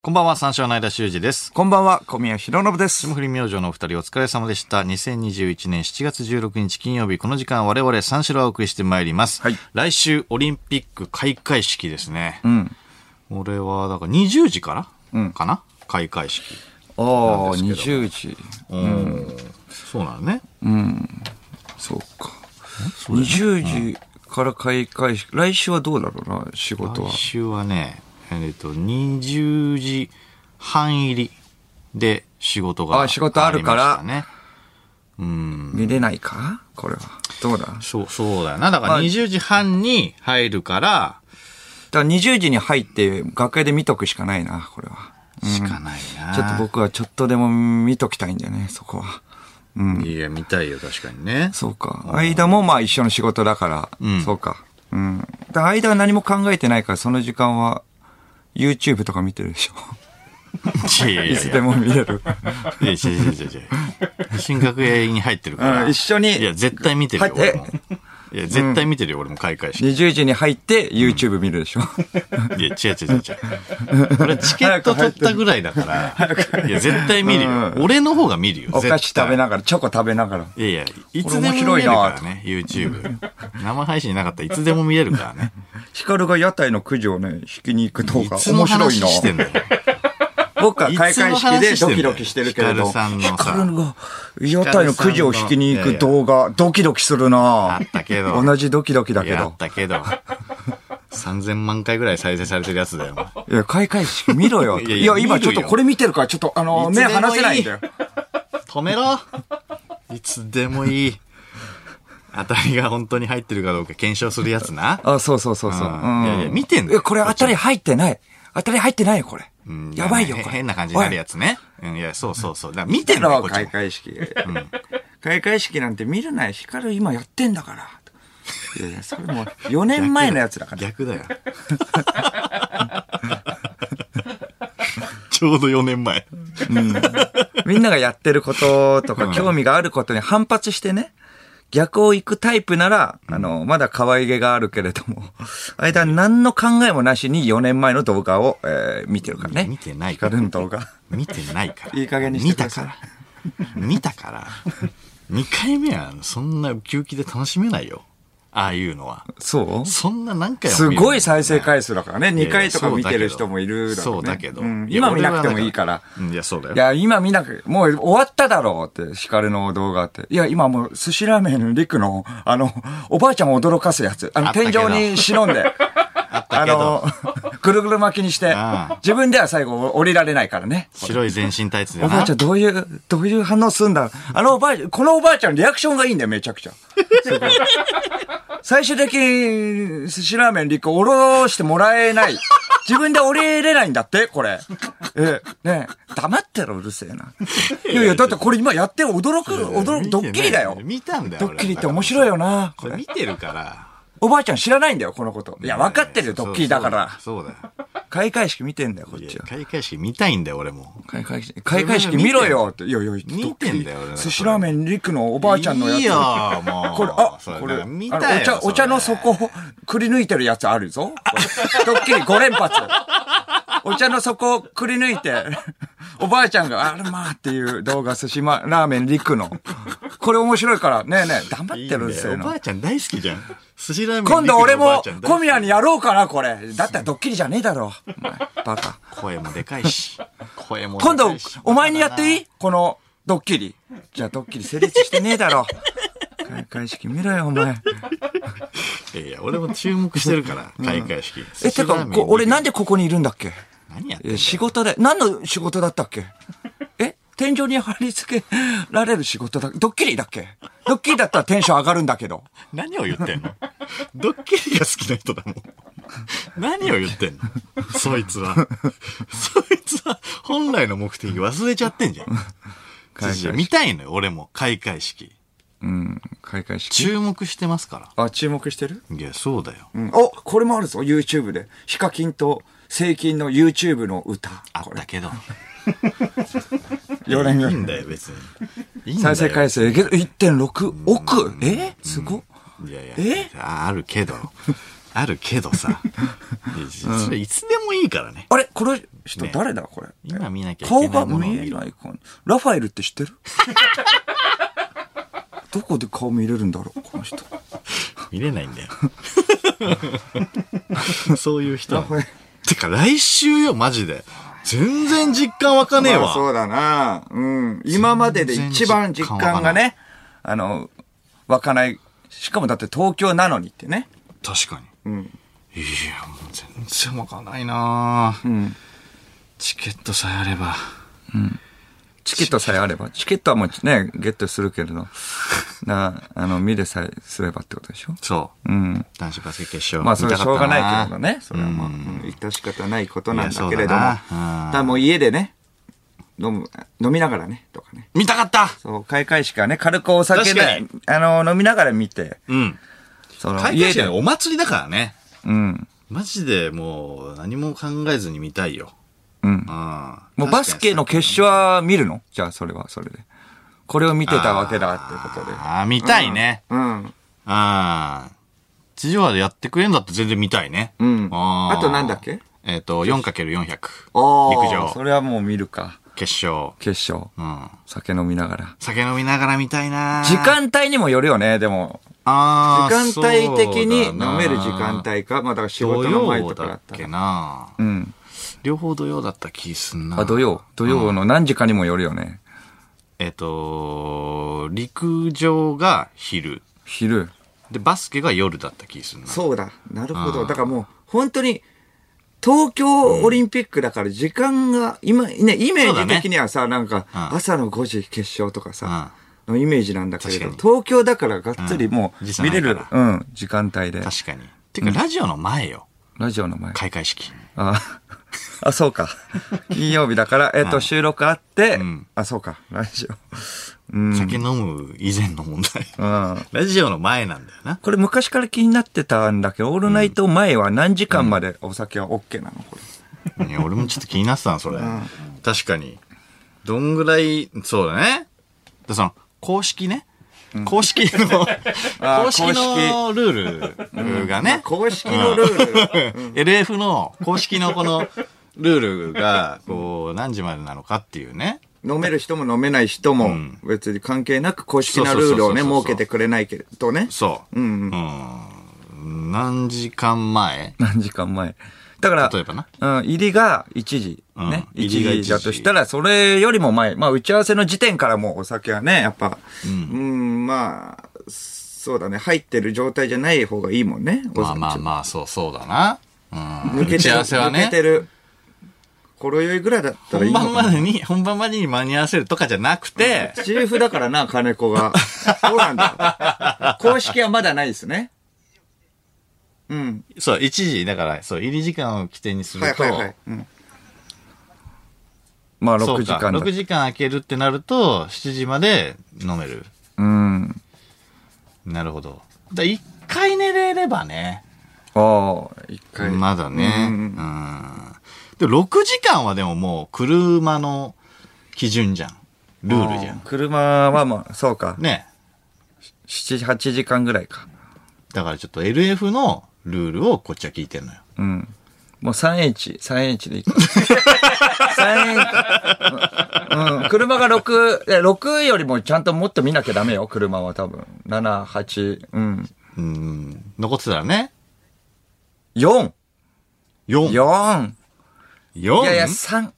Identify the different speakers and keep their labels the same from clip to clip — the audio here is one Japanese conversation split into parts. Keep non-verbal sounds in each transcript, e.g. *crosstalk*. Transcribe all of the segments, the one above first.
Speaker 1: こんばんは、三章の間修二です。
Speaker 2: こんばんは、小宮浩信です
Speaker 1: 霜。降り明星のお二人お疲れ様でした。2021年7月16日金曜日、この時間我々三四郎をお送りしてまいります。
Speaker 2: はい
Speaker 1: 来週オリンピック開会式ですね。
Speaker 2: うん。
Speaker 1: 俺は、だから20時から、
Speaker 2: うん
Speaker 1: かな開会式。
Speaker 2: ああ、20時。
Speaker 1: うん。そうなのね。
Speaker 2: そうか。20時から開会式。来週はどうだろうな、仕事は
Speaker 1: 来。週はね、えっと、20時半入りで仕事が
Speaker 2: あ仕事あるから
Speaker 1: りましたね。
Speaker 2: 見れないかこれは。どうだだか
Speaker 1: そう、そうだよな。だから
Speaker 2: まあ
Speaker 1: 20時半に入るから、
Speaker 2: ら20時に入って、楽屋で見とくしかないな、これは。
Speaker 1: しかないな。
Speaker 2: ちょっと僕はちょっとでも見ときたいんだよね、そこは。うん。
Speaker 1: いや、見たいよ、確かにね。
Speaker 2: そうか。間もまあ一緒の仕事だから。
Speaker 1: うん
Speaker 2: そうか。うん。だから間は何も考えてないから、その時間は YouTube とか見てるでし
Speaker 1: *laughs*
Speaker 2: ょ。
Speaker 1: いやいやい
Speaker 2: い
Speaker 1: や
Speaker 2: つでも見
Speaker 1: *laughs*
Speaker 2: れる。
Speaker 1: いやいやいやいやいや新学園に入ってるから。
Speaker 2: うん一緒に
Speaker 1: いや、絶対見てるよ、
Speaker 2: 入っ
Speaker 1: 俺
Speaker 2: て
Speaker 1: も。いや、絶対見てるよ、俺も開会式。
Speaker 2: 20時に入って YouTube 見るで
Speaker 1: *laughs*
Speaker 2: しょ。
Speaker 1: いや、違う違う違う違う。俺、チケット取ったぐらいだから。いや、絶対見るよ。俺の方が見るよ、
Speaker 2: お菓子
Speaker 1: 絶対
Speaker 2: 食べながら、チョコ食べながら。
Speaker 1: いやいや、いつでも見れるからね、YouTube。生配信なかったらいつでも見れるからね。
Speaker 2: ヒカルが屋台のくじをね、引きに行く動
Speaker 1: い
Speaker 2: 画、
Speaker 1: つの
Speaker 2: 面白い
Speaker 1: 話してん
Speaker 2: な。
Speaker 1: だよ。
Speaker 2: 僕は開会式でドキドキしてるけれど、
Speaker 1: ヒカルさんのさ
Speaker 2: ヒカルが屋台のくじを引きに行く動画、ドキドキするな
Speaker 1: あったけど
Speaker 2: 同じドキドキだけ
Speaker 1: やっ
Speaker 2: ど。
Speaker 1: たけど。3000万回ぐらい再生されてるやつだよ、お前
Speaker 2: いや、開会式見ろよ。
Speaker 1: いやい
Speaker 2: い
Speaker 1: や
Speaker 2: や、今ちょっ
Speaker 1: 見る
Speaker 2: と
Speaker 1: よ
Speaker 2: これ見てるから、ちょっと、あ
Speaker 1: い
Speaker 2: の、
Speaker 1: つで
Speaker 2: 目
Speaker 1: もいい
Speaker 2: 離せないんだよ。
Speaker 1: 止めろいつでもいい。当たりが本当に入ってるかどうか検証するやつな。
Speaker 2: あ、そうそうそうそう。
Speaker 1: うん
Speaker 2: うん
Speaker 1: いやいや見てんだよ
Speaker 2: いやこれ当たり入ってない。当たり入ってないよ、これ
Speaker 1: うん。
Speaker 2: やばいよ、
Speaker 1: へ
Speaker 2: これ。
Speaker 1: 変な感じになるやつね。うん、いや、そうそうそう。だから見てんだよ、こっち
Speaker 2: 開
Speaker 1: も。
Speaker 2: 会式。開会式なんて見るなよ。光今やってんだから。いやいや、それも4年前のやつだから。
Speaker 1: 逆だよ。 *laughs* ちょうど4年前。
Speaker 2: みんながやってることとか、興味があることに反発してね。逆を行くタイプなら、あの、まだ可愛げがあるけれど
Speaker 1: *laughs*
Speaker 2: も、間何の考えもなしに4年前の動画を、えー見てるからね。
Speaker 1: 見てないから
Speaker 2: 光の動
Speaker 1: *laughs*
Speaker 2: 画。
Speaker 1: 見てないから。
Speaker 2: いい加減にしてください
Speaker 1: 見たから。見たから。2回目はそんなウキウキで楽しめないよ。ああいうのは。
Speaker 2: そう
Speaker 1: そんな何回も
Speaker 2: す
Speaker 1: 見る
Speaker 2: ごい再生回数だからね。
Speaker 1: いやい
Speaker 2: 2
Speaker 1: や
Speaker 2: 回とか見てる人もいるだろ
Speaker 1: そう
Speaker 2: ね
Speaker 1: だけど。
Speaker 2: うん
Speaker 1: いや
Speaker 2: 今見なくてもいいから。。
Speaker 1: 俺はだうんいや、そうだよ。
Speaker 2: いや、今見なく、もう終わっただろうって、ヒカルの動画って。いや、今もう寿司ラーメンのリクの、あの、おばあちゃんを驚かすやつ。あ
Speaker 1: あ
Speaker 2: の、
Speaker 1: った
Speaker 2: 天
Speaker 1: けど
Speaker 2: 井に忍んで。
Speaker 1: *laughs* あった
Speaker 2: あ
Speaker 1: けど
Speaker 2: の、ぐるぐる巻きにして
Speaker 1: ああ、
Speaker 2: 自分では最後降りられないからね。
Speaker 1: 白い全身タイツでな。
Speaker 2: おばあちゃんどういう、どういう反応するんだあのおばあちゃん、このおばあちゃんリアクションがいいんだよ、めちゃく *laughs* ちゃ。すごい最終的に、寿司ラーメンリク、おろしてもらえない。自分で降りれないんだって、これ。ええ、ねえ、黙ってろ、うるせえな。いやいや、だってこれ今やって驚く、驚く、ドッキリだよ。
Speaker 1: 見てない見たんだよ。
Speaker 2: ドッキリって面白いよ
Speaker 1: な。
Speaker 2: な、
Speaker 1: そ
Speaker 2: こ
Speaker 1: れ
Speaker 2: れ
Speaker 1: 見。てるから。
Speaker 2: おばあちゃん知らないんだよ、このこと。いや、分かってるよ、ドッキリだから。
Speaker 1: そうそうだよ。
Speaker 2: 開会式見てんだよ、こっ
Speaker 1: い
Speaker 2: ち
Speaker 1: や
Speaker 2: は。
Speaker 1: 開会式見たいんだよ、俺も。
Speaker 2: 開会式、開会式見ろよって。いやいや、
Speaker 1: 見てんだよ俺ら
Speaker 2: 寿司ラーメンリクのおばあちゃんのやつ。
Speaker 1: いいよ、もう。
Speaker 2: これ、あ、
Speaker 1: そ
Speaker 2: これ、あの
Speaker 1: 見
Speaker 2: お
Speaker 1: たい
Speaker 2: 茶、お茶の底をくり抜いてるやつあるぞ。ドッキリ5連発。お茶の底をくり抜いて、おばあちゃんが、あらまあっていう動画、寿司ま、ラーメンリクの。これ面白いから、ねえねえ、黙ってるんです
Speaker 1: お
Speaker 2: よ
Speaker 1: ばあちゃん大好きじゃん。寿司ラーメン。
Speaker 2: 今度俺も小宮
Speaker 1: に。
Speaker 2: にやろうかな、これ。だったらドッキリじゃねえだろ。お前
Speaker 1: *laughs*
Speaker 2: バカ。
Speaker 1: 声もでかいし。声もでか
Speaker 2: 今
Speaker 1: い
Speaker 2: 度
Speaker 1: し。、
Speaker 2: お前にやってい
Speaker 1: い
Speaker 2: いこの、ドッキリ。じゃあ、ドッキリ成立してねえだろ。開会式見ろよ、お前。
Speaker 1: いやいや、俺も注目してるから、開会式。
Speaker 2: え、てか、こ俺なんでここにいるんだっけ
Speaker 1: 何やってんだ
Speaker 2: え
Speaker 1: よ
Speaker 2: 仕事で、何の仕事だったっけえ天井に貼り付けられる仕事だ、ドッキリだっけドッキリだったらテンション上がるんだけど。
Speaker 1: 何を言ってんの *laughs* ドッキリが好きな人だもん。何を言ってんのそいつは。そいつは本来の目的忘れちゃってんじゃん。
Speaker 2: 開会式
Speaker 1: いや見たいのよ、俺も。開会式。
Speaker 2: うん、開会式。
Speaker 1: 注目してますか
Speaker 2: あ、注目してる
Speaker 1: ら。いや、そうだよ。
Speaker 2: うん。お、これもあるぞ、YouTube で。ヒカキンと、セイキンの YouTube の歌。
Speaker 1: あっ
Speaker 2: これ
Speaker 1: た。けど。
Speaker 2: 4年
Speaker 1: いいん
Speaker 2: ぐら
Speaker 1: だ
Speaker 2: い。
Speaker 1: よ、別に。いいんだよ
Speaker 2: 再生回数、えげ1.6億えすごっ
Speaker 1: いやいや。
Speaker 2: え
Speaker 1: ああるけど。あるけど
Speaker 2: *laughs*
Speaker 1: さ。それいつでもいいからね。
Speaker 2: あれこの人
Speaker 1: ね
Speaker 2: 誰だこれ。
Speaker 1: 今見なきゃいけ
Speaker 2: 顔
Speaker 1: な
Speaker 2: が
Speaker 1: いものを
Speaker 2: 見
Speaker 1: 見
Speaker 2: え
Speaker 1: る。
Speaker 2: ないかな。ラファエルって知ってる *laughs* どこで顔見れるんだろうこの人。
Speaker 1: 見れないんだよ。 *laughs* そういう人な
Speaker 2: ラファ
Speaker 1: の
Speaker 2: エル。
Speaker 1: てか来週よ、マジで。全然実感わかねえ
Speaker 2: まあそ
Speaker 1: わ。
Speaker 2: うだな。うん。今までで一番実感がね、あの、湧かない。しかもだって東京なのにってね。
Speaker 1: 確かに。い
Speaker 2: ん
Speaker 1: や、もう全然わかんないな
Speaker 2: う
Speaker 1: ぁ
Speaker 2: ん。
Speaker 1: チケットさえあれば。
Speaker 2: チケットさえあれば。チケットはもうね、ゲットするけれど、な、あの、見れさえすればってことでしょ
Speaker 1: そう。
Speaker 2: うん。
Speaker 1: 男子バスケ決勝。
Speaker 2: まあ、それはしょうがないけれど
Speaker 1: ど。
Speaker 2: ね。それはまあ、うん致し方ないことなんだけ
Speaker 1: い
Speaker 2: れ
Speaker 1: やそ
Speaker 2: ど
Speaker 1: う
Speaker 2: も。
Speaker 1: だ
Speaker 2: だ
Speaker 1: なうん
Speaker 2: からもう家でね、飲む、飲みながらね、とかね。
Speaker 1: 見たかった
Speaker 2: そう、開会式はね、軽くお酒で
Speaker 1: 確、
Speaker 2: あの、飲みながら見て、
Speaker 1: うん。
Speaker 2: その、
Speaker 1: 開会
Speaker 2: 家
Speaker 1: 式
Speaker 2: で
Speaker 1: は、お祭りだからね。
Speaker 2: うん。
Speaker 1: マジでもう何も考えずに見たいよ。
Speaker 2: うん
Speaker 1: うん。
Speaker 2: もうバスケの決勝は見るのじゃあそれはそれで。これを見てたわけだっていうことで。
Speaker 1: ああ、見たいね。
Speaker 2: うん。
Speaker 1: ああ。地上波でやってくれんだって全然見たいね。
Speaker 2: うん
Speaker 1: あー
Speaker 2: あとなんだっけ
Speaker 1: えっ、と、4×400。
Speaker 2: おー
Speaker 1: 陸上
Speaker 2: それはもう見るか。
Speaker 1: 決勝。
Speaker 2: 決勝。
Speaker 1: うん。
Speaker 2: 酒飲みながら。
Speaker 1: 酒飲みながら見たいな
Speaker 2: 時間帯にもよるよね、でも。
Speaker 1: あ
Speaker 2: 時間
Speaker 1: ー
Speaker 2: 帯的に
Speaker 1: そうだな
Speaker 2: 飲める時間帯か。まあだから仕
Speaker 1: 土
Speaker 2: 事の前
Speaker 1: 曜
Speaker 2: とか
Speaker 1: だ
Speaker 2: だっ
Speaker 1: ったけ
Speaker 2: ら。
Speaker 1: な
Speaker 2: うん。
Speaker 1: 両方土曜だった気すんな
Speaker 2: あ、土曜。土曜の何時かにもよるよね。
Speaker 1: えっ、と、陸上が昼。
Speaker 2: 昼。
Speaker 1: で、バスケが夜だった気するな。
Speaker 3: そうだ。なるほ
Speaker 1: う
Speaker 3: ど。
Speaker 1: ん
Speaker 3: だからもう、本当に、東京オリンピックだから時間が、今、ね、イメージ的にはさ、なんか、
Speaker 1: うん
Speaker 3: 朝の5時決勝とかさ、のイメージなんだけれど、
Speaker 1: 確か
Speaker 3: 東京だからがっつりも
Speaker 1: うん時
Speaker 3: う、
Speaker 1: 差な
Speaker 3: 見
Speaker 1: いか
Speaker 3: れ
Speaker 1: ら
Speaker 3: る。
Speaker 2: うん。時間帯で。
Speaker 1: 確かに。てか、ラジオの前よ。
Speaker 2: ラジオの前。
Speaker 1: 開会式。
Speaker 2: あ、あ、そうか。金曜日だから、えっと、収録あって
Speaker 1: ん、
Speaker 2: あ、そうか。ラジオ。
Speaker 1: 酒飲む以前の問題。
Speaker 2: うん。
Speaker 1: ラジオの前なんだよな。
Speaker 2: これ昔から気になってたんだけど、オールナイト前は何時間までお酒は OK なのこれ。
Speaker 1: ね俺もちょっと気になってたの、それ。確かに。どんぐらい、そうだね。で、その、公式ね。公式
Speaker 3: *laughs*
Speaker 1: の、
Speaker 2: あー
Speaker 1: 公式のルールがね。
Speaker 3: 公式のルー
Speaker 2: *laughs*
Speaker 3: ル。
Speaker 1: LF の公式のこのルールが、こう、何時までなのかっていうね。
Speaker 3: 飲める人も飲めない人も、別に関係なく公式なルールをね、
Speaker 1: そうそうそうそうそう
Speaker 3: 設けてくれないけれどね。
Speaker 1: そう。うん。何時間前
Speaker 2: 何時間前。だから、
Speaker 1: 例えばな。
Speaker 2: うん、入りが1時。
Speaker 1: うん
Speaker 2: ね。1
Speaker 1: 入りが1
Speaker 2: 時
Speaker 1: 時
Speaker 2: だとしたら、それよりも前。まあ、打ち合わせの時点からもうお酒はね、やっぱ、
Speaker 3: うん、まあ、そうだね。入ってる状態じゃない方がいいもんね。
Speaker 1: まあまあまあ、そうそうだな。うん。
Speaker 3: 抜け
Speaker 1: 打
Speaker 3: て
Speaker 1: ち
Speaker 3: る。
Speaker 1: 合わせは
Speaker 3: 抜けて
Speaker 1: ね。
Speaker 3: る。ほろ酔いぐらいだったらい
Speaker 1: 本
Speaker 3: いのか
Speaker 1: 番
Speaker 3: な
Speaker 1: までに、本番までに間に合わせるとかじゃなくて、
Speaker 3: チーフだからな、金子が。そうなんだ。
Speaker 1: *laughs*
Speaker 3: 公式はまだないですね。うん。
Speaker 1: そう、1時、だから、そう、入り時間を起点にす
Speaker 3: はい
Speaker 1: ると、
Speaker 3: はいはい。うん、
Speaker 2: まあ、
Speaker 1: そ
Speaker 2: 6
Speaker 1: う
Speaker 2: 時
Speaker 1: か、
Speaker 2: 間だ
Speaker 1: 6。時間空けるってなると、7時まで飲める。
Speaker 2: うん。
Speaker 1: なるほど。だ1回寝れればね、
Speaker 2: ああ、一回。
Speaker 1: まだね。うん。で、6時間はでももう、車の基準じゃん。ルールじゃん。
Speaker 2: 車はまあ、そうか。
Speaker 1: ね。
Speaker 2: 7、8時間ぐらいか。
Speaker 1: だからちょっと LF のルールをこっちは聞いてんのよ。
Speaker 2: うん。もう 3H、3H でいいか。3H。うん。車が6、え6よりもちゃんともっと見なきゃダメよ、車は多分。7、8、うん。
Speaker 1: うん。残ってたらね、
Speaker 2: 4、
Speaker 1: 4。
Speaker 2: 4。
Speaker 1: 4?
Speaker 2: いやいや、3。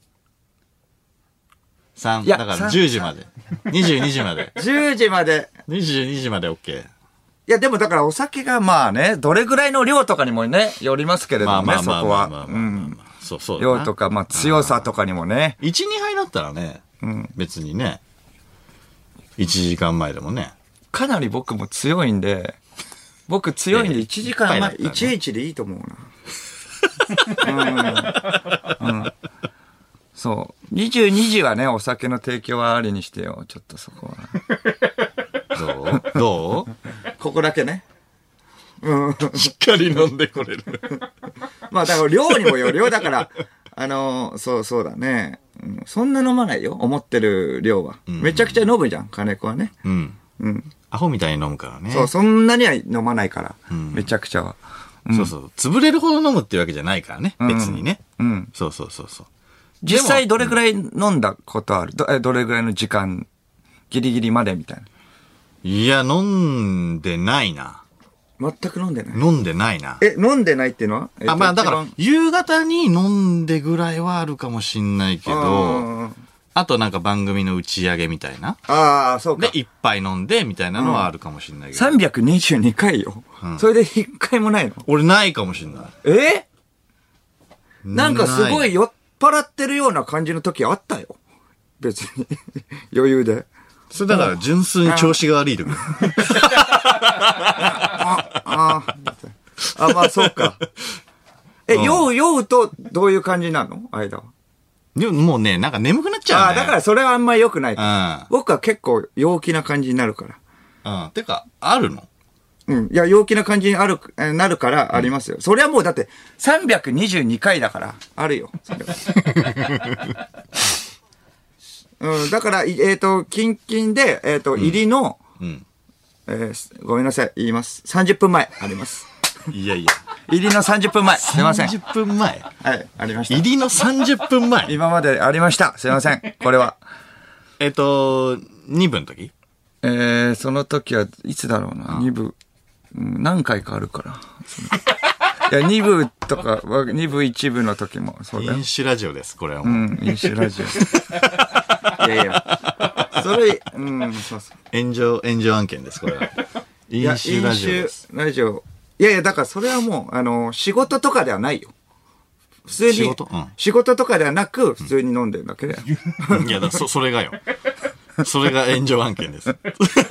Speaker 1: 3。
Speaker 2: いや
Speaker 1: だから
Speaker 2: 三
Speaker 1: 10時まで。22時まで。
Speaker 3: 10時まで。
Speaker 1: 22時まで OK。
Speaker 2: いや、でもだからお酒がまあね、どれぐらいの量とかにもね、よりますけれど
Speaker 1: ま
Speaker 2: も
Speaker 1: あま
Speaker 2: ね、
Speaker 1: あ
Speaker 2: そ
Speaker 1: まあ
Speaker 2: こ
Speaker 1: まあま
Speaker 2: は
Speaker 1: あ。
Speaker 2: う
Speaker 1: まあまあ
Speaker 2: ん。
Speaker 1: まあ。そうそうだな。
Speaker 2: 量とか、まあ強さとかにもね。
Speaker 1: 1、2杯だったらね、別にね、1時間前でもね。
Speaker 2: かなり僕も強いんで、僕強いんで1時間
Speaker 1: いっぱいだ
Speaker 2: 前
Speaker 1: っ、たね
Speaker 3: 1H でいいと思う
Speaker 2: *laughs* そう。22時はね、お酒の提供はありにしてよ、ちょっとそこは。
Speaker 1: ど *laughs* うど
Speaker 3: な。ここだけね。
Speaker 1: うしっかり飲んでこれる。
Speaker 3: まあだから量にもよるよ。だから、あのーそうそうだね、うんそんな飲まないよ。思ってる量は。めちゃくちゃ飲むじゃん、金子はね。
Speaker 1: うん。アホみたいに飲むからね。
Speaker 3: そう、そんなには飲まないから。
Speaker 1: ん
Speaker 2: めちゃくちゃは。
Speaker 1: そうそう。潰れるほど飲むっていうわけじゃないからね。別にね。
Speaker 2: うん。
Speaker 1: そうそうそうそう。
Speaker 4: 実
Speaker 2: 実
Speaker 4: 際
Speaker 2: 際
Speaker 4: ど
Speaker 2: ど
Speaker 4: れ
Speaker 2: れ
Speaker 4: く
Speaker 2: く
Speaker 4: ら
Speaker 2: ら
Speaker 4: い
Speaker 2: い飲んだことあるどえどれくらいの時間ギリギリまでみたい
Speaker 1: いや、飲んでないな。
Speaker 2: な。全く飲んでない。
Speaker 1: 飲んでないな。
Speaker 2: え、飲んでないっていうのは、えっと
Speaker 1: あ、まあだから
Speaker 2: 一、
Speaker 1: 夕方に飲んでぐらいはあるかもしんないけ
Speaker 2: 番
Speaker 1: ど、
Speaker 2: あー
Speaker 1: あとなんか番組の打ち上げみたいな。
Speaker 2: あー、そう
Speaker 1: で
Speaker 2: か、。
Speaker 1: 一杯飲んでみたいなのはあるかもしんないけど。
Speaker 2: 322回よ。それで一回もないの
Speaker 1: 俺ないかもしんない。
Speaker 2: えなんかすご
Speaker 1: ない
Speaker 2: 酔っ払ってるような感じの時あったよ。別に。 *laughs* 余裕で。
Speaker 1: それだから純粋に調子が悪い時。
Speaker 2: ああ。あ、まあそうか。え、
Speaker 1: うん
Speaker 2: 酔う酔うとどういう感じなの間は。
Speaker 1: でももうね、なんか眠くなっちゃ
Speaker 2: あ
Speaker 1: う
Speaker 2: あ、
Speaker 1: ね。
Speaker 2: だからそれはあんま良くない。
Speaker 1: ら。
Speaker 2: 僕は結構陽気な感じになるから。
Speaker 1: うん。うん。てか、あるの
Speaker 2: うん。いや、陽気な感じにある、えーなるからありますよ。それはもうだって322回だから、あるよ。それはうん、だから、いえっ、と、キンキンで、えっ、と、入りの、
Speaker 1: うん。
Speaker 2: えーすごめんなさい、言います。30分前、あります。
Speaker 1: いやいや。
Speaker 2: 入りの30分前、すいません。
Speaker 1: 30分前。
Speaker 2: はい、ありました
Speaker 1: 入。りの30分 *laughs* 前。
Speaker 2: 今までありました。すいません。これは。
Speaker 1: えっと、2分の時
Speaker 2: えー、その時はいつだろうな。2部、うん何回かあるから。 *laughs* いや、2部とかは、2部1部の時も、そうだよ
Speaker 1: 飲。酒ラジオです、これは
Speaker 2: う
Speaker 1: もう。
Speaker 2: ん、飲酒ラ
Speaker 1: *laughs*
Speaker 2: ジオ。いやいや。それ、うん、そうそう。
Speaker 1: 炎上、炎上案件です、これは。
Speaker 2: いや
Speaker 1: 飲酒ラジオです。
Speaker 2: 飲酒ラジオ。いやいや、だからそれはもう、あの、仕事とかではないよ。普通に、
Speaker 1: 仕事うん
Speaker 2: 仕事とかではなく、普通に飲んでるだけだ
Speaker 1: *laughs*
Speaker 2: よ。
Speaker 1: いやだ、そ、それがよ。それが炎上案件です。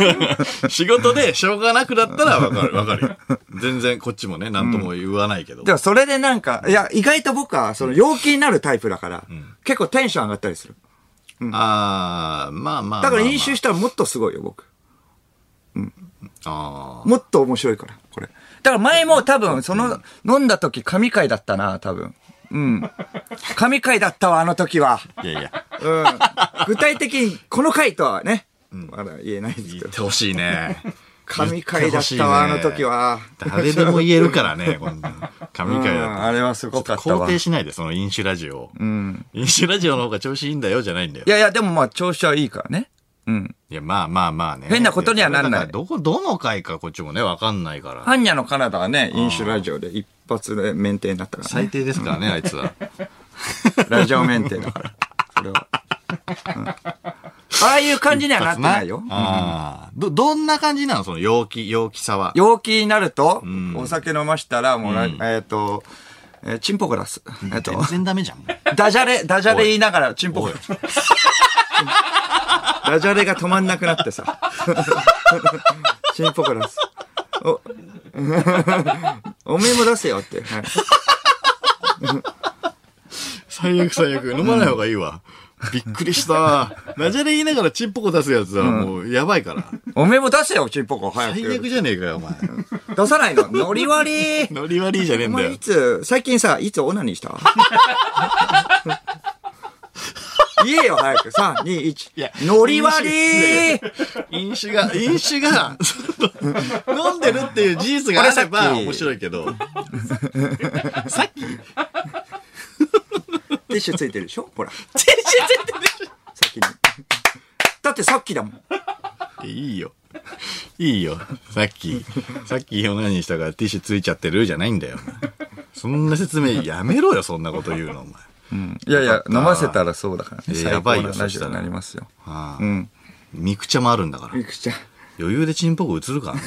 Speaker 1: *laughs* 仕事でしょうがなくなったらわかる、わかるよ。全然こっちもね、なんとも言わないけど。
Speaker 2: でもそれでなんか、いや、意外と僕は、その、陽気になるタイプだから、結構テンション上がったりする。
Speaker 1: あー、まあまあまあ。
Speaker 2: だから飲
Speaker 1: ま
Speaker 2: 酒したらもっとすごいよ、僕。
Speaker 1: ああ
Speaker 2: もっと面白いから、これ。
Speaker 4: だから前も多分、その、飲んだ時神回だったな、多分。
Speaker 2: うん。神回だったわ、あの時は。
Speaker 1: ー。いやいや、
Speaker 2: うん。具体的に、この回とはね、まだ言えないです
Speaker 1: 言っ
Speaker 2: けど。
Speaker 1: てほしいね。
Speaker 2: 神回だったわ、あ
Speaker 1: 言
Speaker 2: の
Speaker 1: ってほしい
Speaker 2: 時
Speaker 1: ね
Speaker 2: は。
Speaker 1: 誰でも言えるからね、こんな。神回だった。
Speaker 2: あれはすごかった
Speaker 1: 肯
Speaker 2: わ。
Speaker 1: 定
Speaker 2: い
Speaker 1: しないで、その飲酒ラジオを。
Speaker 2: ん
Speaker 1: 飲酒ラジオの方が調子いいんだよ、じゃないんだよ。
Speaker 2: やいや、でもまあ、調子はいいからね。うん。
Speaker 1: いや、まあまあまあね。
Speaker 2: 変なことにはなんな
Speaker 1: だか
Speaker 2: い
Speaker 1: らどこ、どの回かこっちもね、わかんないから。
Speaker 2: ハンニャのカナダはね、飲酒ラジオで一発で免停になったからね。
Speaker 1: 最低ですからね、あいつ *laughs* は。
Speaker 2: ラジオ免停だから。それは。うんああいう感じにはなってないよ。
Speaker 1: ああ。ど、どんな感じなのその陽気、陽気さは。
Speaker 2: 陽気になると、お酒飲ましたら、もうな、えっと、えーチンポグラス。えっと、
Speaker 1: 全然ダメじゃん。もう
Speaker 2: ダジャレ、ダジャレ言いながら、チンポ
Speaker 1: おい
Speaker 2: グラス。ダジャレが止まんなくなってさ。チンポグラス。お、おめえも出せよって。はい
Speaker 1: 最悪最悪。飲まない方がいいわ。びっくりした。ダジャレ言いながらチンポコ出すやつはもうやばいから。
Speaker 2: おめえも出せよ、チンポコ。早
Speaker 1: 最
Speaker 2: く。
Speaker 1: 悪じゃねえかよ、お前。
Speaker 2: 出さないの。ノリ割り。
Speaker 1: ノリ悪いじゃねえ
Speaker 2: お
Speaker 1: んだ
Speaker 2: 前
Speaker 1: よ
Speaker 2: い。つ、最近さ、いつオナニーした
Speaker 1: *laughs*
Speaker 2: 言えよ、早く。3、2、
Speaker 1: いや
Speaker 2: 1。ノリ割
Speaker 1: いや
Speaker 2: り
Speaker 1: 飲酒が、飲酒が、 *laughs* その飲んでるっていう事実があれば
Speaker 2: 俺さっき
Speaker 1: 面白いけど。
Speaker 2: ティッシュついてるでしょほら。
Speaker 1: 全然全然
Speaker 2: 先に。だってさっきだもん。
Speaker 1: いいよ。いいよ。さっき、さっきオナニーしたからティッシュついちゃってるじゃないんだよ。そんな説明やめろよ、そんなこと言うの、お前。
Speaker 4: いやいや、飲ませたらそうだから
Speaker 1: い
Speaker 4: ね。
Speaker 1: や
Speaker 4: 最
Speaker 1: やばい
Speaker 4: 高
Speaker 1: よ
Speaker 4: なラジ
Speaker 1: そした
Speaker 4: オ
Speaker 1: ら
Speaker 4: になりますよ。
Speaker 1: ああ
Speaker 2: ん
Speaker 1: ミクチャもあるんだから。
Speaker 2: みくちゃん。
Speaker 1: 余裕でチンポコ映るからね。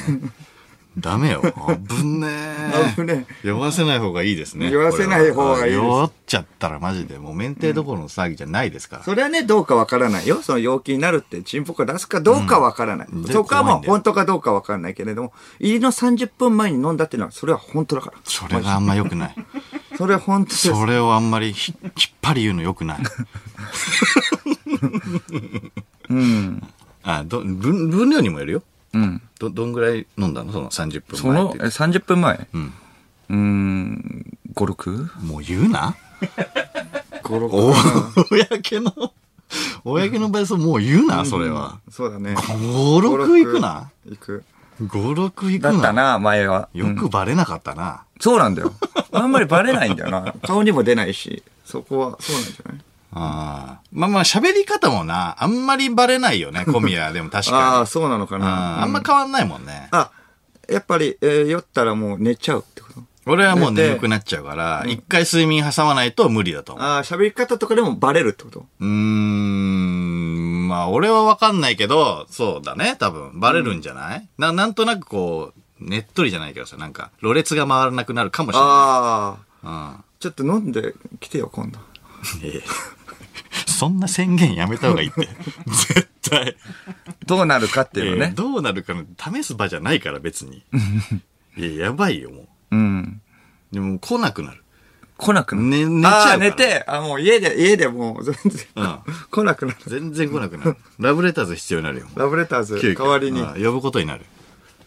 Speaker 1: ダメよ。危ねえ。
Speaker 2: 危ね
Speaker 1: 酔わせない方がいいですね。
Speaker 2: 酔わせない方がいいです
Speaker 1: これは酔っちゃったらマジで、もう免停どころの騒ぎじゃないですから。
Speaker 2: それはね、どうかわからないよ。その陽気になるって、チンポコ出すかどうかわからない。
Speaker 1: ん
Speaker 2: そこはも
Speaker 1: 怖い
Speaker 2: うん
Speaker 1: だよ
Speaker 2: 本当かどうかわからないけれども、入りの30分前に飲んだっていうのは、それは本当だから。
Speaker 1: それがあんま良くない。
Speaker 2: それは本当です。
Speaker 1: それをあんまりひ引っ張り言うの良くない。あど分、分量にもよるよ。
Speaker 4: うん。
Speaker 1: ど、どんぐらい飲んだのその30
Speaker 4: そ
Speaker 1: 分前っ
Speaker 4: の、
Speaker 1: て
Speaker 4: え30分前
Speaker 1: ん
Speaker 4: うーん、5、6?
Speaker 1: もう言うな。お公 *laughs* の、公の場合そうもう言うな、それは。
Speaker 2: そうだね。
Speaker 1: 5、6いくな。
Speaker 2: 行く。
Speaker 1: 5、6行
Speaker 4: だ
Speaker 1: く
Speaker 4: った
Speaker 1: な。
Speaker 4: な、前は。
Speaker 1: よくバレなかったな。
Speaker 4: そうなんだよ。あんまりバレないんだよな。
Speaker 2: *laughs* 顔にも出ないし、そこは、そうなんじゃない
Speaker 1: あーまあまあ喋り方もな、あんまりバレないよ *laughs* ね、小宮。でも確
Speaker 2: ああ、
Speaker 1: かに。
Speaker 2: そうなのか
Speaker 1: うん
Speaker 2: な。
Speaker 1: あんま変わんないもんね。
Speaker 2: あ、やっぱり、えー酔ったらもう寝ちゃうってこと
Speaker 1: 俺はもう眠くなっちゃうから、一回睡眠挟まないと無理だと思う。
Speaker 2: ああ、喋り方とかでもバレるってこと
Speaker 1: うーん、まあ俺はわかんないけど、そうだね、多分。バレるんじゃない、ななんとなくこう、ねっとりじゃないけどさ、なんか、ろれつが回らなくなるかもしれな
Speaker 2: ああ、
Speaker 1: い。
Speaker 2: ちょっと飲んできてよ、今度。
Speaker 1: *laughs* うん。いやいやそんな宣言やめた方がいいって。 *laughs* 絶対。
Speaker 4: どうなるかっていうの
Speaker 1: いや
Speaker 4: ね。
Speaker 1: どうなるかの試す場じゃないから、別 *laughs* に。いや、やばいよ、もう。
Speaker 4: うん。
Speaker 1: でも来なくなる。
Speaker 4: 来なくなる
Speaker 1: ね、寝ち
Speaker 2: あ
Speaker 1: ゃう
Speaker 2: あ、
Speaker 1: から。
Speaker 2: 寝。て、あもう家で、家でもう全 *laughs* 然、
Speaker 1: うん
Speaker 2: 来なくなる。
Speaker 1: 全然来なくなる。ラブレターズ必要になるよ。もう
Speaker 2: ラブレターズ、
Speaker 1: 急
Speaker 2: 代
Speaker 1: 遽
Speaker 2: わりに、
Speaker 1: うん呼ぶことになる。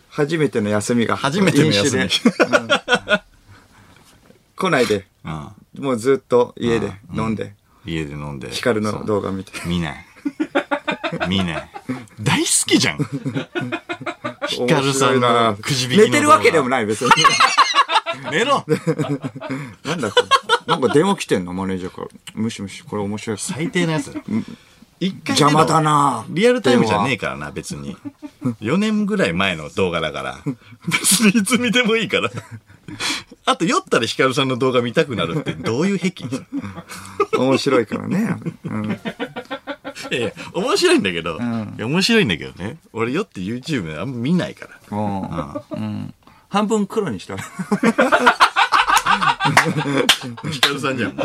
Speaker 2: 初めての休みが。
Speaker 1: 初めての休み *laughs*
Speaker 2: 飲酒でうん来ないで。
Speaker 1: うん。
Speaker 2: もうずっと家で飲んで、
Speaker 1: 家で飲んで。
Speaker 2: ヒカル
Speaker 1: そう
Speaker 2: の動画見て。
Speaker 1: 見ない。見ない。大好きじゃん。ヒカルさんのくじ引きの動画
Speaker 2: 寝てるわけでもない、別に。 *laughs*
Speaker 1: 寝ろ
Speaker 2: なんだこれ。なんか電話来てんの、マネージャーから。むしむし、これ面白い。
Speaker 1: 最低なやつだ。一回
Speaker 2: 邪魔だな
Speaker 1: リアルタイムじゃねえからな、別に。4年ぐらい前の動画だから。別にいつ見てもいいから。あと、酔ったらヒカルさんの動画見たくなるってどういう癖
Speaker 2: 面白いか
Speaker 1: *laughs*
Speaker 2: らね。うん
Speaker 1: いやいや、面白いんだけど、いや面白いんだけどね。俺酔って YouTube あんま見ないから。
Speaker 2: もう、うん半分黒にしたら。
Speaker 1: ヒカルさんじ *laughs* ゃんも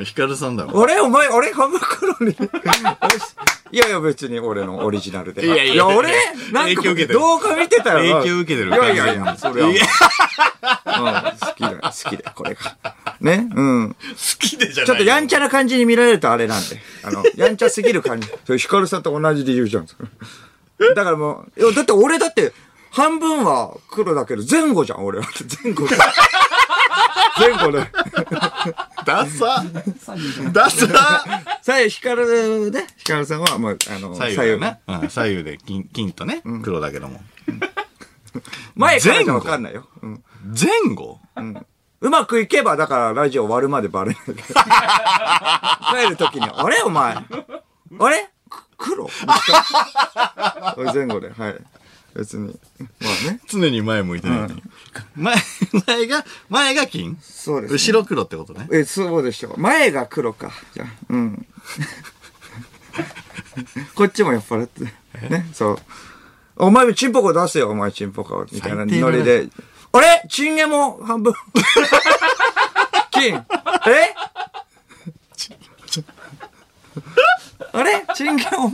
Speaker 1: う。ヒカルさんだもん。
Speaker 2: 俺、お前、俺、半分黒に。 *laughs* いやいや、別に俺のオリジナルで。
Speaker 1: いやいや
Speaker 2: 俺、なん
Speaker 1: 影響受けて
Speaker 2: か
Speaker 1: る
Speaker 2: 動画見てたら。
Speaker 1: 影響受けてる
Speaker 2: いやいやいや、そ
Speaker 1: 完
Speaker 2: れ
Speaker 1: 全に
Speaker 2: は。うん好きだ、好きだ、これが。ね、うん。
Speaker 1: 好きでじゃない
Speaker 2: ちょっとやん
Speaker 1: ち
Speaker 2: ちゃな感じに見られるとあれなんで。あの、やんちゃすぎる感じ。 *laughs* それ、ヒカルさんと同じ理由じゃん。だからもう、いやだって俺だって、半分は黒だけど、前後じゃん、俺は。
Speaker 1: *laughs*
Speaker 2: 前後。前後で。
Speaker 1: ゃダサダサ
Speaker 2: 左右ヒカルで、ヒカルさんは、もう、あの、
Speaker 1: 左右だな。うん左右で金、金とね、黒だけども。
Speaker 2: 前からじゃわかんないよ。うん。
Speaker 1: 前後
Speaker 2: うまくいけば、だからラジオ終わるまでバレない。帰ると *laughs* きに、あれお前。あれく *laughs* 黒前後で、はい。別に。まあね。
Speaker 1: 常に前向いてないと前、前が、前が金
Speaker 2: そうですね
Speaker 1: 後ろ黒ってことね。
Speaker 2: え、そうでしょう。前が黒か。じゃあうん。 *laughs* こっちも酔っ払って。ね、そう。お前、チンポコ出せよ、お前、チンポコ。みたいな
Speaker 1: 最低だ
Speaker 2: ノ
Speaker 1: な
Speaker 2: リで。あれチンゲも半分。 *laughs* 金。えあれチンゲも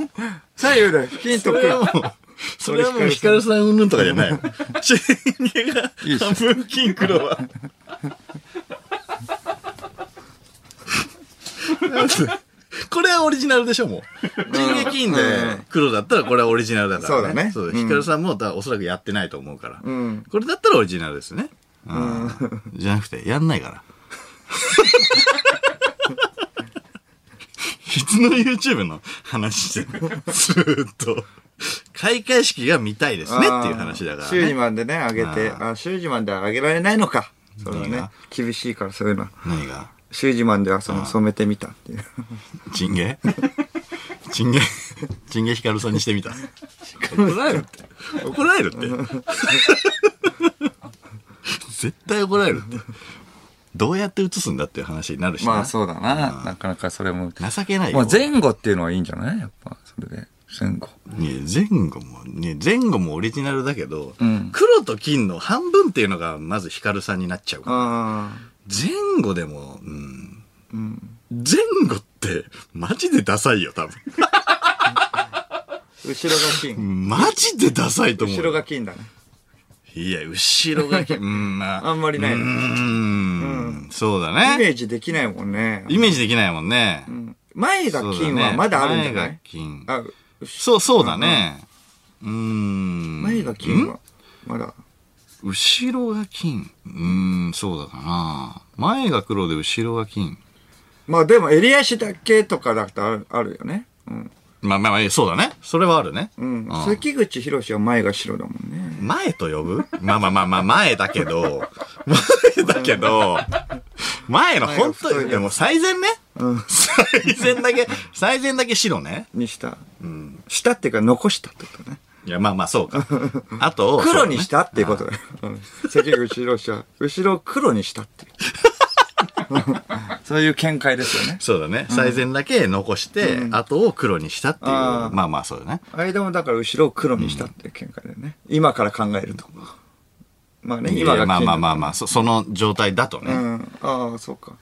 Speaker 2: 左右で金と
Speaker 1: それは
Speaker 2: 黒。
Speaker 1: もう、それはもうヒカルさんうんぬんとかじゃないよ。チェンゲが
Speaker 2: いいっす
Speaker 1: 半分金黒は。これはオリジナルでしょ、もう。チンゲ金で黒だったらこれはオリジナルだから、
Speaker 2: そうだね
Speaker 1: そうう、
Speaker 2: ん
Speaker 1: ヒカルさんもだおそらくやってないと思うから。
Speaker 2: ん
Speaker 1: これだったらオリジナルですね。うん。じゃなくて、やんない
Speaker 4: *laughs*
Speaker 1: から。いつの YouTube の話してるずーっと。開会式が見たいですねっていう話だから、
Speaker 2: シュー
Speaker 1: ね。
Speaker 2: ジマンでね、あげて。あ、シュージマンではあげられないのか。そうだ
Speaker 1: 何
Speaker 2: ね
Speaker 1: が。
Speaker 2: 厳しいから、そういうの。
Speaker 1: 何が
Speaker 2: シュージマンではその染めてみたっていう。
Speaker 1: チンゲ *laughs* チンゲチンゲヒカルさんにしてみた。怒られるって。怒られるって。
Speaker 4: *laughs*
Speaker 1: 絶対怒られるって。どうやって映すんだっていう話になるしな。
Speaker 4: まあそうだな。なかなかそれも。
Speaker 1: 情けないよ。
Speaker 4: まあ前後っていうのはいいんじゃないやっぱ、それで。前後。
Speaker 1: ね、前後も、ね、前後もオリジナルだけど、黒と金の半分っていうのがまずヒカルさんになっちゃうから。
Speaker 2: あ
Speaker 1: 前後でも、うん。前後って、マジでダサいよ、多分。
Speaker 2: ー後ろが金。
Speaker 1: マジでダサいと思う
Speaker 2: 後
Speaker 1: よ。
Speaker 2: ろが金だね。
Speaker 1: いや、後ろが
Speaker 2: *laughs*
Speaker 1: 金、うん、まあ。
Speaker 2: あんまりないうね
Speaker 1: ん、そうだ
Speaker 2: イメ
Speaker 1: ね。
Speaker 2: ージできないもんね。
Speaker 1: イメージできないもんね。
Speaker 2: 前が金はまだあるんじゃな
Speaker 1: 前が
Speaker 2: い
Speaker 1: 金。
Speaker 2: あ、
Speaker 1: そう、そうだね。うん。
Speaker 2: 前が
Speaker 1: ん
Speaker 2: 金はまだ。
Speaker 1: 後ろが金。うーん、そうだかな。前が黒で後ろが金。
Speaker 2: まあでも襟足だけとかだったらあるよね。うん。
Speaker 1: まあまあまあ、そうだね。それはあるね。
Speaker 2: うん。関口博士は前が白だもんね。
Speaker 1: 前と呼ぶまあまあまあまあ、前だけど、前だけど、前の本
Speaker 2: 前が
Speaker 1: 当
Speaker 2: 太い
Speaker 1: に、でも最善ね。最善だけ、最善だけ白ね。
Speaker 2: にした。したっていうか残したってことね。
Speaker 1: いや、まあまあ、そうか。あと、
Speaker 2: 黒にしたっていうことだよ。うん関口博士は、後ろを黒にした *laughs* っていう。
Speaker 4: そういう見解ですよね。
Speaker 1: そうだね。最善だけ残して、後を黒にしたっていう。
Speaker 2: あー
Speaker 1: まあまあ、そうだね。
Speaker 2: 間もだから後ろを黒にしたっていう見解だよね。今から考えると。まあね、今
Speaker 1: いや
Speaker 2: が。
Speaker 1: まあまあま
Speaker 2: あ。
Speaker 1: あまあ、そその状態だと
Speaker 2: う
Speaker 1: ね。
Speaker 2: ん。ああ、そうか。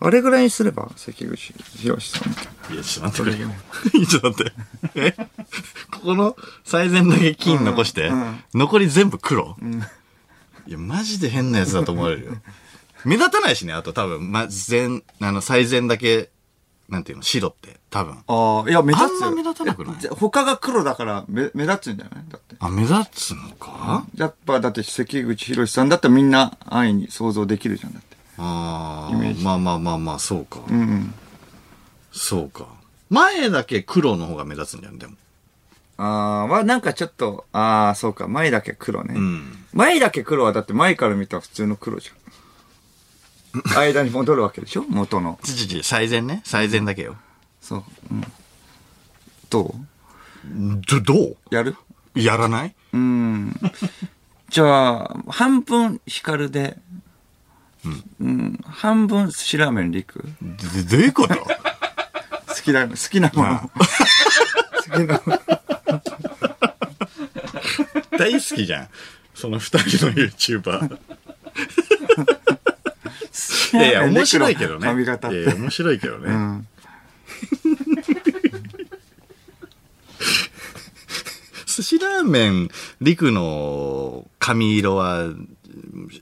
Speaker 2: あれぐらいにすれば、関口博士さん。
Speaker 1: いや、ちょっと待ってくれよ。いや *laughs* ちょっと待って。え *laughs* ここの最善だけ金残して、残り全部黒、いや、マジで変なやつだと思われるよ。 *laughs* 目立たないしね、あと多分、ま、前、あの、最善だけ、なんていうの、白って、多分。
Speaker 2: ああ、いや、目立つよ。
Speaker 1: あんま目立たなくない
Speaker 2: いや他が黒だから目、目立つんじゃないだって。
Speaker 1: あ、目立つのか、
Speaker 2: やっぱ、だって関口博士さんだったらみんな安易に想像できるじゃん、だって。
Speaker 1: あ
Speaker 2: イメー
Speaker 1: あ、
Speaker 2: ジ
Speaker 1: まあまあまあまあ、そうか。
Speaker 2: うんうん。
Speaker 1: そうか。前だけ黒の方が目立つんじゃん、でも。
Speaker 2: ああ、まあなんかちょっと、ああ、そうか、前だけ黒ね。
Speaker 1: ん
Speaker 2: 前だけ黒はだって前から見たら普通の黒じゃ
Speaker 1: *laughs*
Speaker 2: ん。間に戻るわけでしょ元の。
Speaker 1: ちちち、最善ね。最善だけよ。
Speaker 2: そう。うん。ど
Speaker 1: ど、どう
Speaker 2: うやる
Speaker 1: やらない
Speaker 2: うん。じゃあ、半分光で、うん、半分寿司ラーメン陸。
Speaker 1: どどういうこと
Speaker 2: 好きな、好きなもの。 *laughs* 好きなもの。
Speaker 1: 大好きじゃん。その二人の *laughs* YouTuber。いやいや、面白いけどね。
Speaker 2: 髪型っ
Speaker 1: い
Speaker 2: て
Speaker 1: やいや、面白いけどね。寿司ラーメン、陸の髪色は、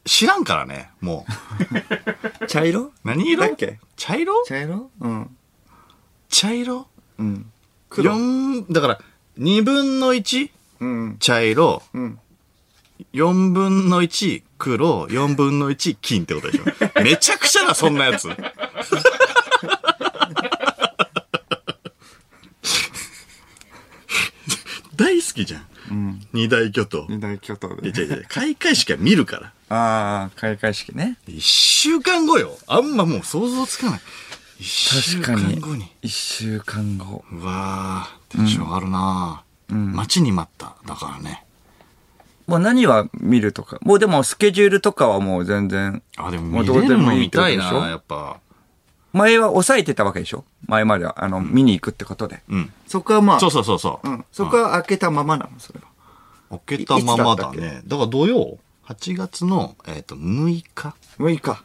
Speaker 1: 知らんからね、も
Speaker 2: 茶色
Speaker 1: う。何色
Speaker 2: だっけ
Speaker 1: 茶色
Speaker 2: 茶色うん。
Speaker 1: 茶色
Speaker 2: うん。
Speaker 1: 四だから、二分の一
Speaker 2: うん。
Speaker 1: 茶色、
Speaker 2: うん。
Speaker 1: 4分の1黒、4分の1金ってことでし
Speaker 2: *laughs*
Speaker 1: ょ。めちゃくちゃな、そんなやつ。大好きじゃん。二大巨頭。
Speaker 2: 二大巨頭
Speaker 1: いや
Speaker 2: で。
Speaker 1: いやいや開会式は見るから。
Speaker 2: ああ、開会式ね。
Speaker 1: 一週間後よ。あんまもう想像つかない。一週
Speaker 2: 確か
Speaker 1: 間
Speaker 2: に
Speaker 1: 後に。。
Speaker 2: 一週間後。
Speaker 1: うわー、テンション上がるなぁ、待ちに待った。だからね。
Speaker 2: もう何は見るとか。もうでもスケジュールとかはもう全然。
Speaker 1: あ、で
Speaker 2: も
Speaker 1: も
Speaker 2: う
Speaker 1: 見
Speaker 2: どう
Speaker 1: れ
Speaker 2: で
Speaker 1: る
Speaker 2: も
Speaker 1: の
Speaker 2: いいっ
Speaker 1: 見
Speaker 2: てこ
Speaker 1: た
Speaker 2: とで
Speaker 1: い
Speaker 2: しょ
Speaker 1: なやっぱ。
Speaker 2: 前は抑えてたわけでしょ前までは。あの、見に行くってことで。
Speaker 1: うん。
Speaker 2: そこはまあ、
Speaker 1: そうそうそうそう。
Speaker 2: うん。そこは開けたままなの、それは。
Speaker 1: 開けたままだ
Speaker 2: いつだ
Speaker 1: ね。だから土曜 ?8 月の、えっ、と、6日
Speaker 2: 6日。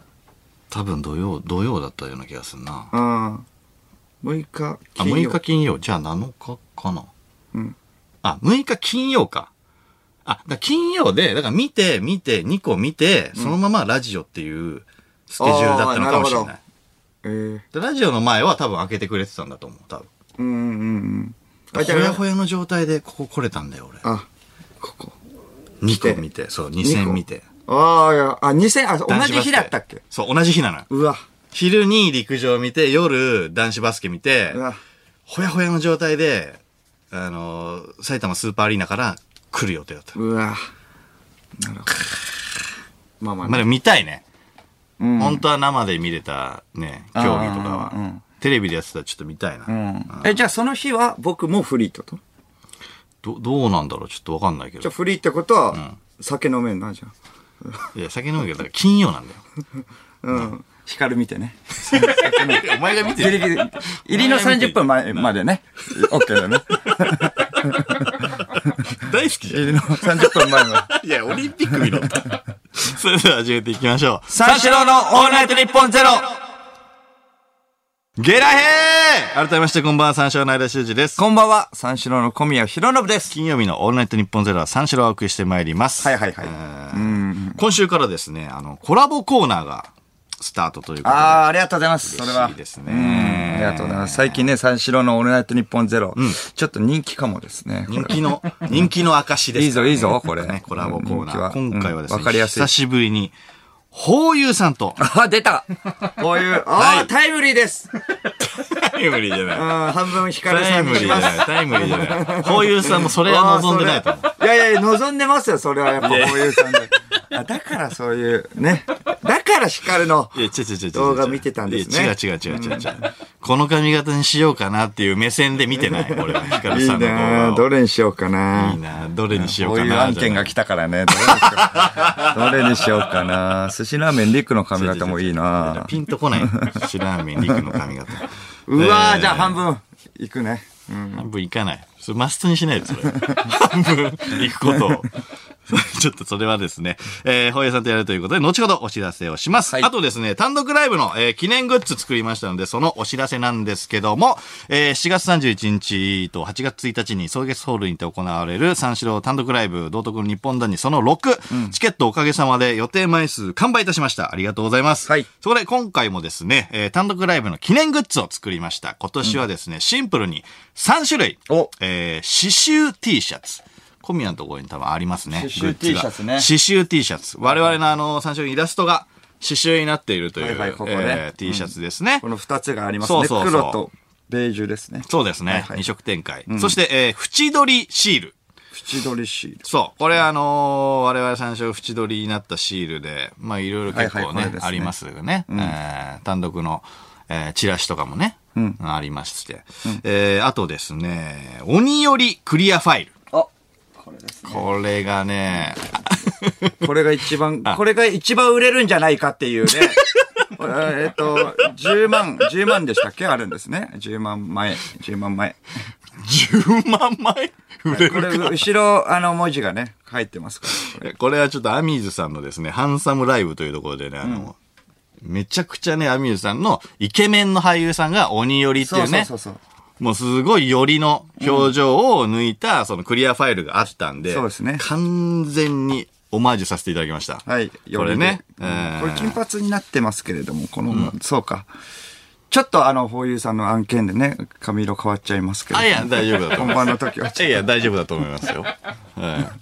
Speaker 1: 多分土曜、土曜だったような気がするな。あ、
Speaker 2: うん。6日、
Speaker 1: 6日金曜。じゃあ7日かな。
Speaker 2: うん。
Speaker 1: あ、6日金曜か。あ、だから金曜で、だから見て、見て、2個見て、そのままラジオっていうスケジュールだったのかもしれ
Speaker 2: あーな
Speaker 1: な
Speaker 2: る
Speaker 1: い。
Speaker 2: えー、
Speaker 1: でラジオの前は多分開けてくれてたんだと思う、多分。
Speaker 2: うんうんうん。
Speaker 1: ほ
Speaker 2: あ、じゃ
Speaker 1: や
Speaker 2: あ
Speaker 1: ほ、やの状態でここ来れたんだよ、俺。
Speaker 2: あ、ここ。
Speaker 1: 2個見て、そう、2
Speaker 2: 二個
Speaker 1: 戦見て。
Speaker 2: ああ、いや、あ、2000、あ、同
Speaker 1: 男子
Speaker 2: じ
Speaker 1: バス
Speaker 2: 日
Speaker 1: ケ
Speaker 2: だったっけ
Speaker 1: そう、同じ日なのよ。
Speaker 2: うわ、
Speaker 1: 昼に陸上見て、夜男子バスケ見て
Speaker 2: う、わ。
Speaker 1: ほやほやの状態で、あのー埼玉スーパーアリーナから来る予定だった。
Speaker 2: うわ。なるほど。まあまあ、
Speaker 1: まあ、でも見たいね。
Speaker 2: うん
Speaker 1: 本当は生で見れたね、競技とかは。
Speaker 2: あーうん
Speaker 1: テレビでやってたらちょっと見たいな。
Speaker 2: うん。え、じゃあその日は僕もフリーってこと
Speaker 1: ど、どうなんだろうちょっとわかんないけ
Speaker 2: じゃあ
Speaker 1: ど。
Speaker 2: フリーってことは、酒飲めんな、じゃあ。
Speaker 1: いや、酒飲むけど、だから金曜なんだよ。
Speaker 2: うん。光見てね。
Speaker 1: お前が見て
Speaker 4: ギリ *laughs* ギリ。入りの30分前までね。オッケーだね。
Speaker 1: *laughs* 大好きじゃん。
Speaker 4: 入りの30分前まで。
Speaker 1: いや、オリンピック見ろ。 *laughs* それでは始めていきましょ
Speaker 4: *laughs*
Speaker 1: う。
Speaker 4: 三四郎のオールナイト日本ゼロ
Speaker 1: ゲラヘー改めましてこんばんは、三四郎の間修二です。
Speaker 4: こんばんは、三四郎の小宮弘信です。
Speaker 1: 金曜日のオールナイトニッポンゼロは三四郎をお送りしてまいります。
Speaker 4: はいはいはい
Speaker 1: えー今週からですね、あの、コラボコーナーがスタートということで。
Speaker 4: ああ、ありがとうございます。それは。
Speaker 1: 嬉しいです
Speaker 4: うん
Speaker 1: ね。
Speaker 4: ありがとうございます。最近ね、三四郎のオールナイト日本ゼロ。
Speaker 1: ん
Speaker 4: ちょっと人気かもですね。これ
Speaker 1: 人気の、人気の証ですからね、
Speaker 4: いいぞいいぞこれ
Speaker 1: ねコラボコー
Speaker 4: 人気
Speaker 1: ナ
Speaker 4: は
Speaker 1: ー。今回はですね、
Speaker 4: うんわかりやすい
Speaker 1: 久しぶりにホーユーさんと。
Speaker 2: あ、出たこういう、 *laughs* ああ、タイムリーですうん、
Speaker 1: タイムリーじゃない。
Speaker 2: 半分光る
Speaker 1: タ
Speaker 2: さ
Speaker 1: イ
Speaker 2: ん
Speaker 1: ム
Speaker 2: に
Speaker 1: リーじ
Speaker 2: しま
Speaker 1: ゃ
Speaker 2: す。
Speaker 1: ない。タイムリーじゃない。ホーユーさんもそれは望んでないと思う。
Speaker 2: あーそれいやいや、望んでますよ、それはやっぱ、こういうさんで。あだからそういう、ね。だから光るの。
Speaker 1: いや、違う違う違う違う。
Speaker 2: 動画見てたんですね
Speaker 1: いや違う違う違う違う違う。この髪型にしようかなっていう目線で見てない、俺は。ヒカル
Speaker 2: いい
Speaker 1: さんの動
Speaker 2: な
Speaker 1: 画
Speaker 2: あ
Speaker 1: を
Speaker 2: どれにしようかない
Speaker 1: い。などれにしよ
Speaker 4: こ
Speaker 1: う
Speaker 4: う
Speaker 1: か
Speaker 4: いう
Speaker 1: な。
Speaker 4: 案件が来たからね。どれにしようか
Speaker 1: *laughs*
Speaker 4: などれにしようかな。寿司ラーメンリックの髪型もいいな。
Speaker 1: ピンとこない。シラーメン、リクの髪型。
Speaker 2: う
Speaker 1: え
Speaker 2: わー
Speaker 1: ー
Speaker 2: じゃあ半分、いくね。うん。
Speaker 1: 半分いかない。それマストにしないで、それ。半分いくことを。 *laughs* ちょっとそれはですね、えー、ホエさんとやるということで、後ほどお知らせをします。あとですね、単独ライブの、えー記念グッズ作りましたので、そのお知らせなんですけども、えー7月31日と8月1日に、草月ホールにて行われる三四郎単独ライブ、道徳の日本団にその6、チケットおかげさまで予定枚数完売いたしました。ありがとうございます。
Speaker 4: はい
Speaker 1: そこで今回もですね、えー単独ライブの記念グッズを作りました。今年はですね、シンプルに3種類、
Speaker 4: お
Speaker 1: えー刺繍 T シャツ。小宮のところに多分ありますね。
Speaker 4: 刺繍
Speaker 1: グッズが
Speaker 4: T シャツね
Speaker 1: 刺繍 T シャツ。我々のあの、三種類イラストが刺繍になっているという、
Speaker 4: はいはいここね
Speaker 1: えー T シャツですね。
Speaker 2: この二つがあります
Speaker 1: そう
Speaker 2: ね。
Speaker 1: そうそう
Speaker 2: 黒とベージュですね。
Speaker 1: そうですね。
Speaker 2: はい
Speaker 1: 二色展開。そして、えー縁取りシール。
Speaker 2: 縁取りシール。
Speaker 1: そう。これあのー我々最初縁取りになったシールで、まあいろいろ結
Speaker 4: はいは
Speaker 1: 構
Speaker 4: い
Speaker 1: ね、
Speaker 4: これですね
Speaker 1: ありますよね。えー単独の、えーチラシとかもね、ありまして。えーあとですね、鬼よりクリアファイル。
Speaker 4: あ、これです。
Speaker 1: これがね、
Speaker 2: これが一番、これが一番売れるんじゃないかっていうね。 *laughs* えーえっと、10万、10万でしたっけあるんですね。10万前、10万前。
Speaker 1: 10万枚売れ
Speaker 2: これ、
Speaker 1: るか。
Speaker 2: 後ろ、あの、文字がね、入ってますから。
Speaker 1: これはちょっとアミーズさんのですね、ハンサムライブというところでね、あの、めちゃくちゃね、アミーズさんのイケメンの俳優さんが鬼よりっていうね、
Speaker 2: そうそうそう
Speaker 1: もうすごいよりの表情を抜いた、そのクリアファイルがあったんで、
Speaker 2: そうですね
Speaker 1: 完全にオマージュさせていただきました。
Speaker 2: はい。
Speaker 1: これね。
Speaker 2: うん
Speaker 1: えー
Speaker 2: これ金髪になってますけれども、この、そうか。ちょっとあの、ホーユーさんの案件でね、髪色変わっちゃいますけれ
Speaker 1: あ、
Speaker 2: ど
Speaker 1: い
Speaker 2: も。
Speaker 1: や、大丈夫だと思いま
Speaker 2: 本番
Speaker 1: す。
Speaker 2: の *laughs* 時
Speaker 1: *laughs*
Speaker 2: はち
Speaker 1: いやいや、大丈夫だと思いますよ。はい。 *laughs*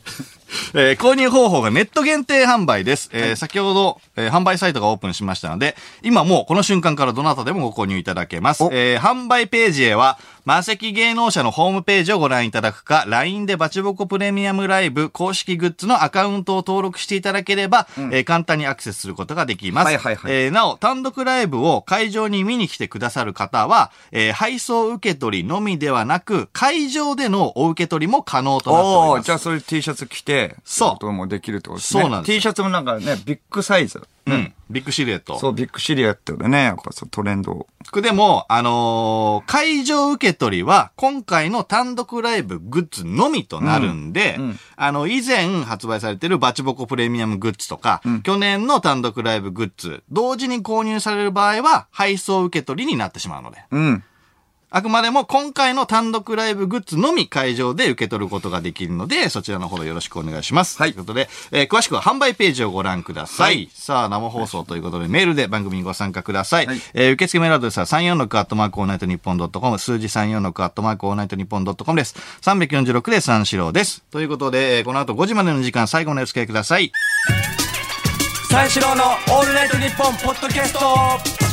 Speaker 1: えー購入方法がネット限定販売です。えー先ほど、えー販売サイトがオープンしましたので、今もうこの瞬間からどなたでもご購入いただけます。えー販売ページへは、マセキ芸能社のホームページをご覧いただくか、LINE でバチボコプレミアムライブ公式グッズのアカウントを登録していただければ、えー簡単にアクセスすることができます。
Speaker 2: はいはいはい
Speaker 1: えーなお、単独ライブを会場に見に来てくださる方は、えー配送受け取りのみではなく、会場でのお受け取りも可能となっており
Speaker 4: お
Speaker 1: ま
Speaker 4: ー
Speaker 1: す。
Speaker 4: じゃあそういう T シャツ着て、
Speaker 1: そう
Speaker 4: こともできるってことですね。
Speaker 1: そうなんですよ
Speaker 4: T シャツもなんかね、ビッグサイズ。
Speaker 1: うん。ビッグシルエット。
Speaker 4: そう、ビッグシリアットでね、やっぱそうトレンドを。
Speaker 1: でも、あのー会場受け取りは、今回の単独ライブグッズのみとなるんで、あの、以前発売されてるバチボコプレミアムグッズとか、去年の単独ライブグッズ、同時に購入される場合は、配送受け取りになってしまうので。
Speaker 4: うん。
Speaker 1: あくまでも今回の単独ライブグッズのみ会場で受け取ることができるので、そちらの方よろしくお願いします。はい。ということで、えー詳しくは販売ページをご覧ください。さあ、生放送ということで、メールで番組にご参加ください。えー受付メールアドレスは346アットマークオールナイトニッポンドットコム、数字346アットマークオールナイトニッポンドットコムです。346で三四郎です。ということで、えーこの後5時までの時間、最後までお付き合いください。
Speaker 4: 三四郎のオールナイトニッポンポッドキャスト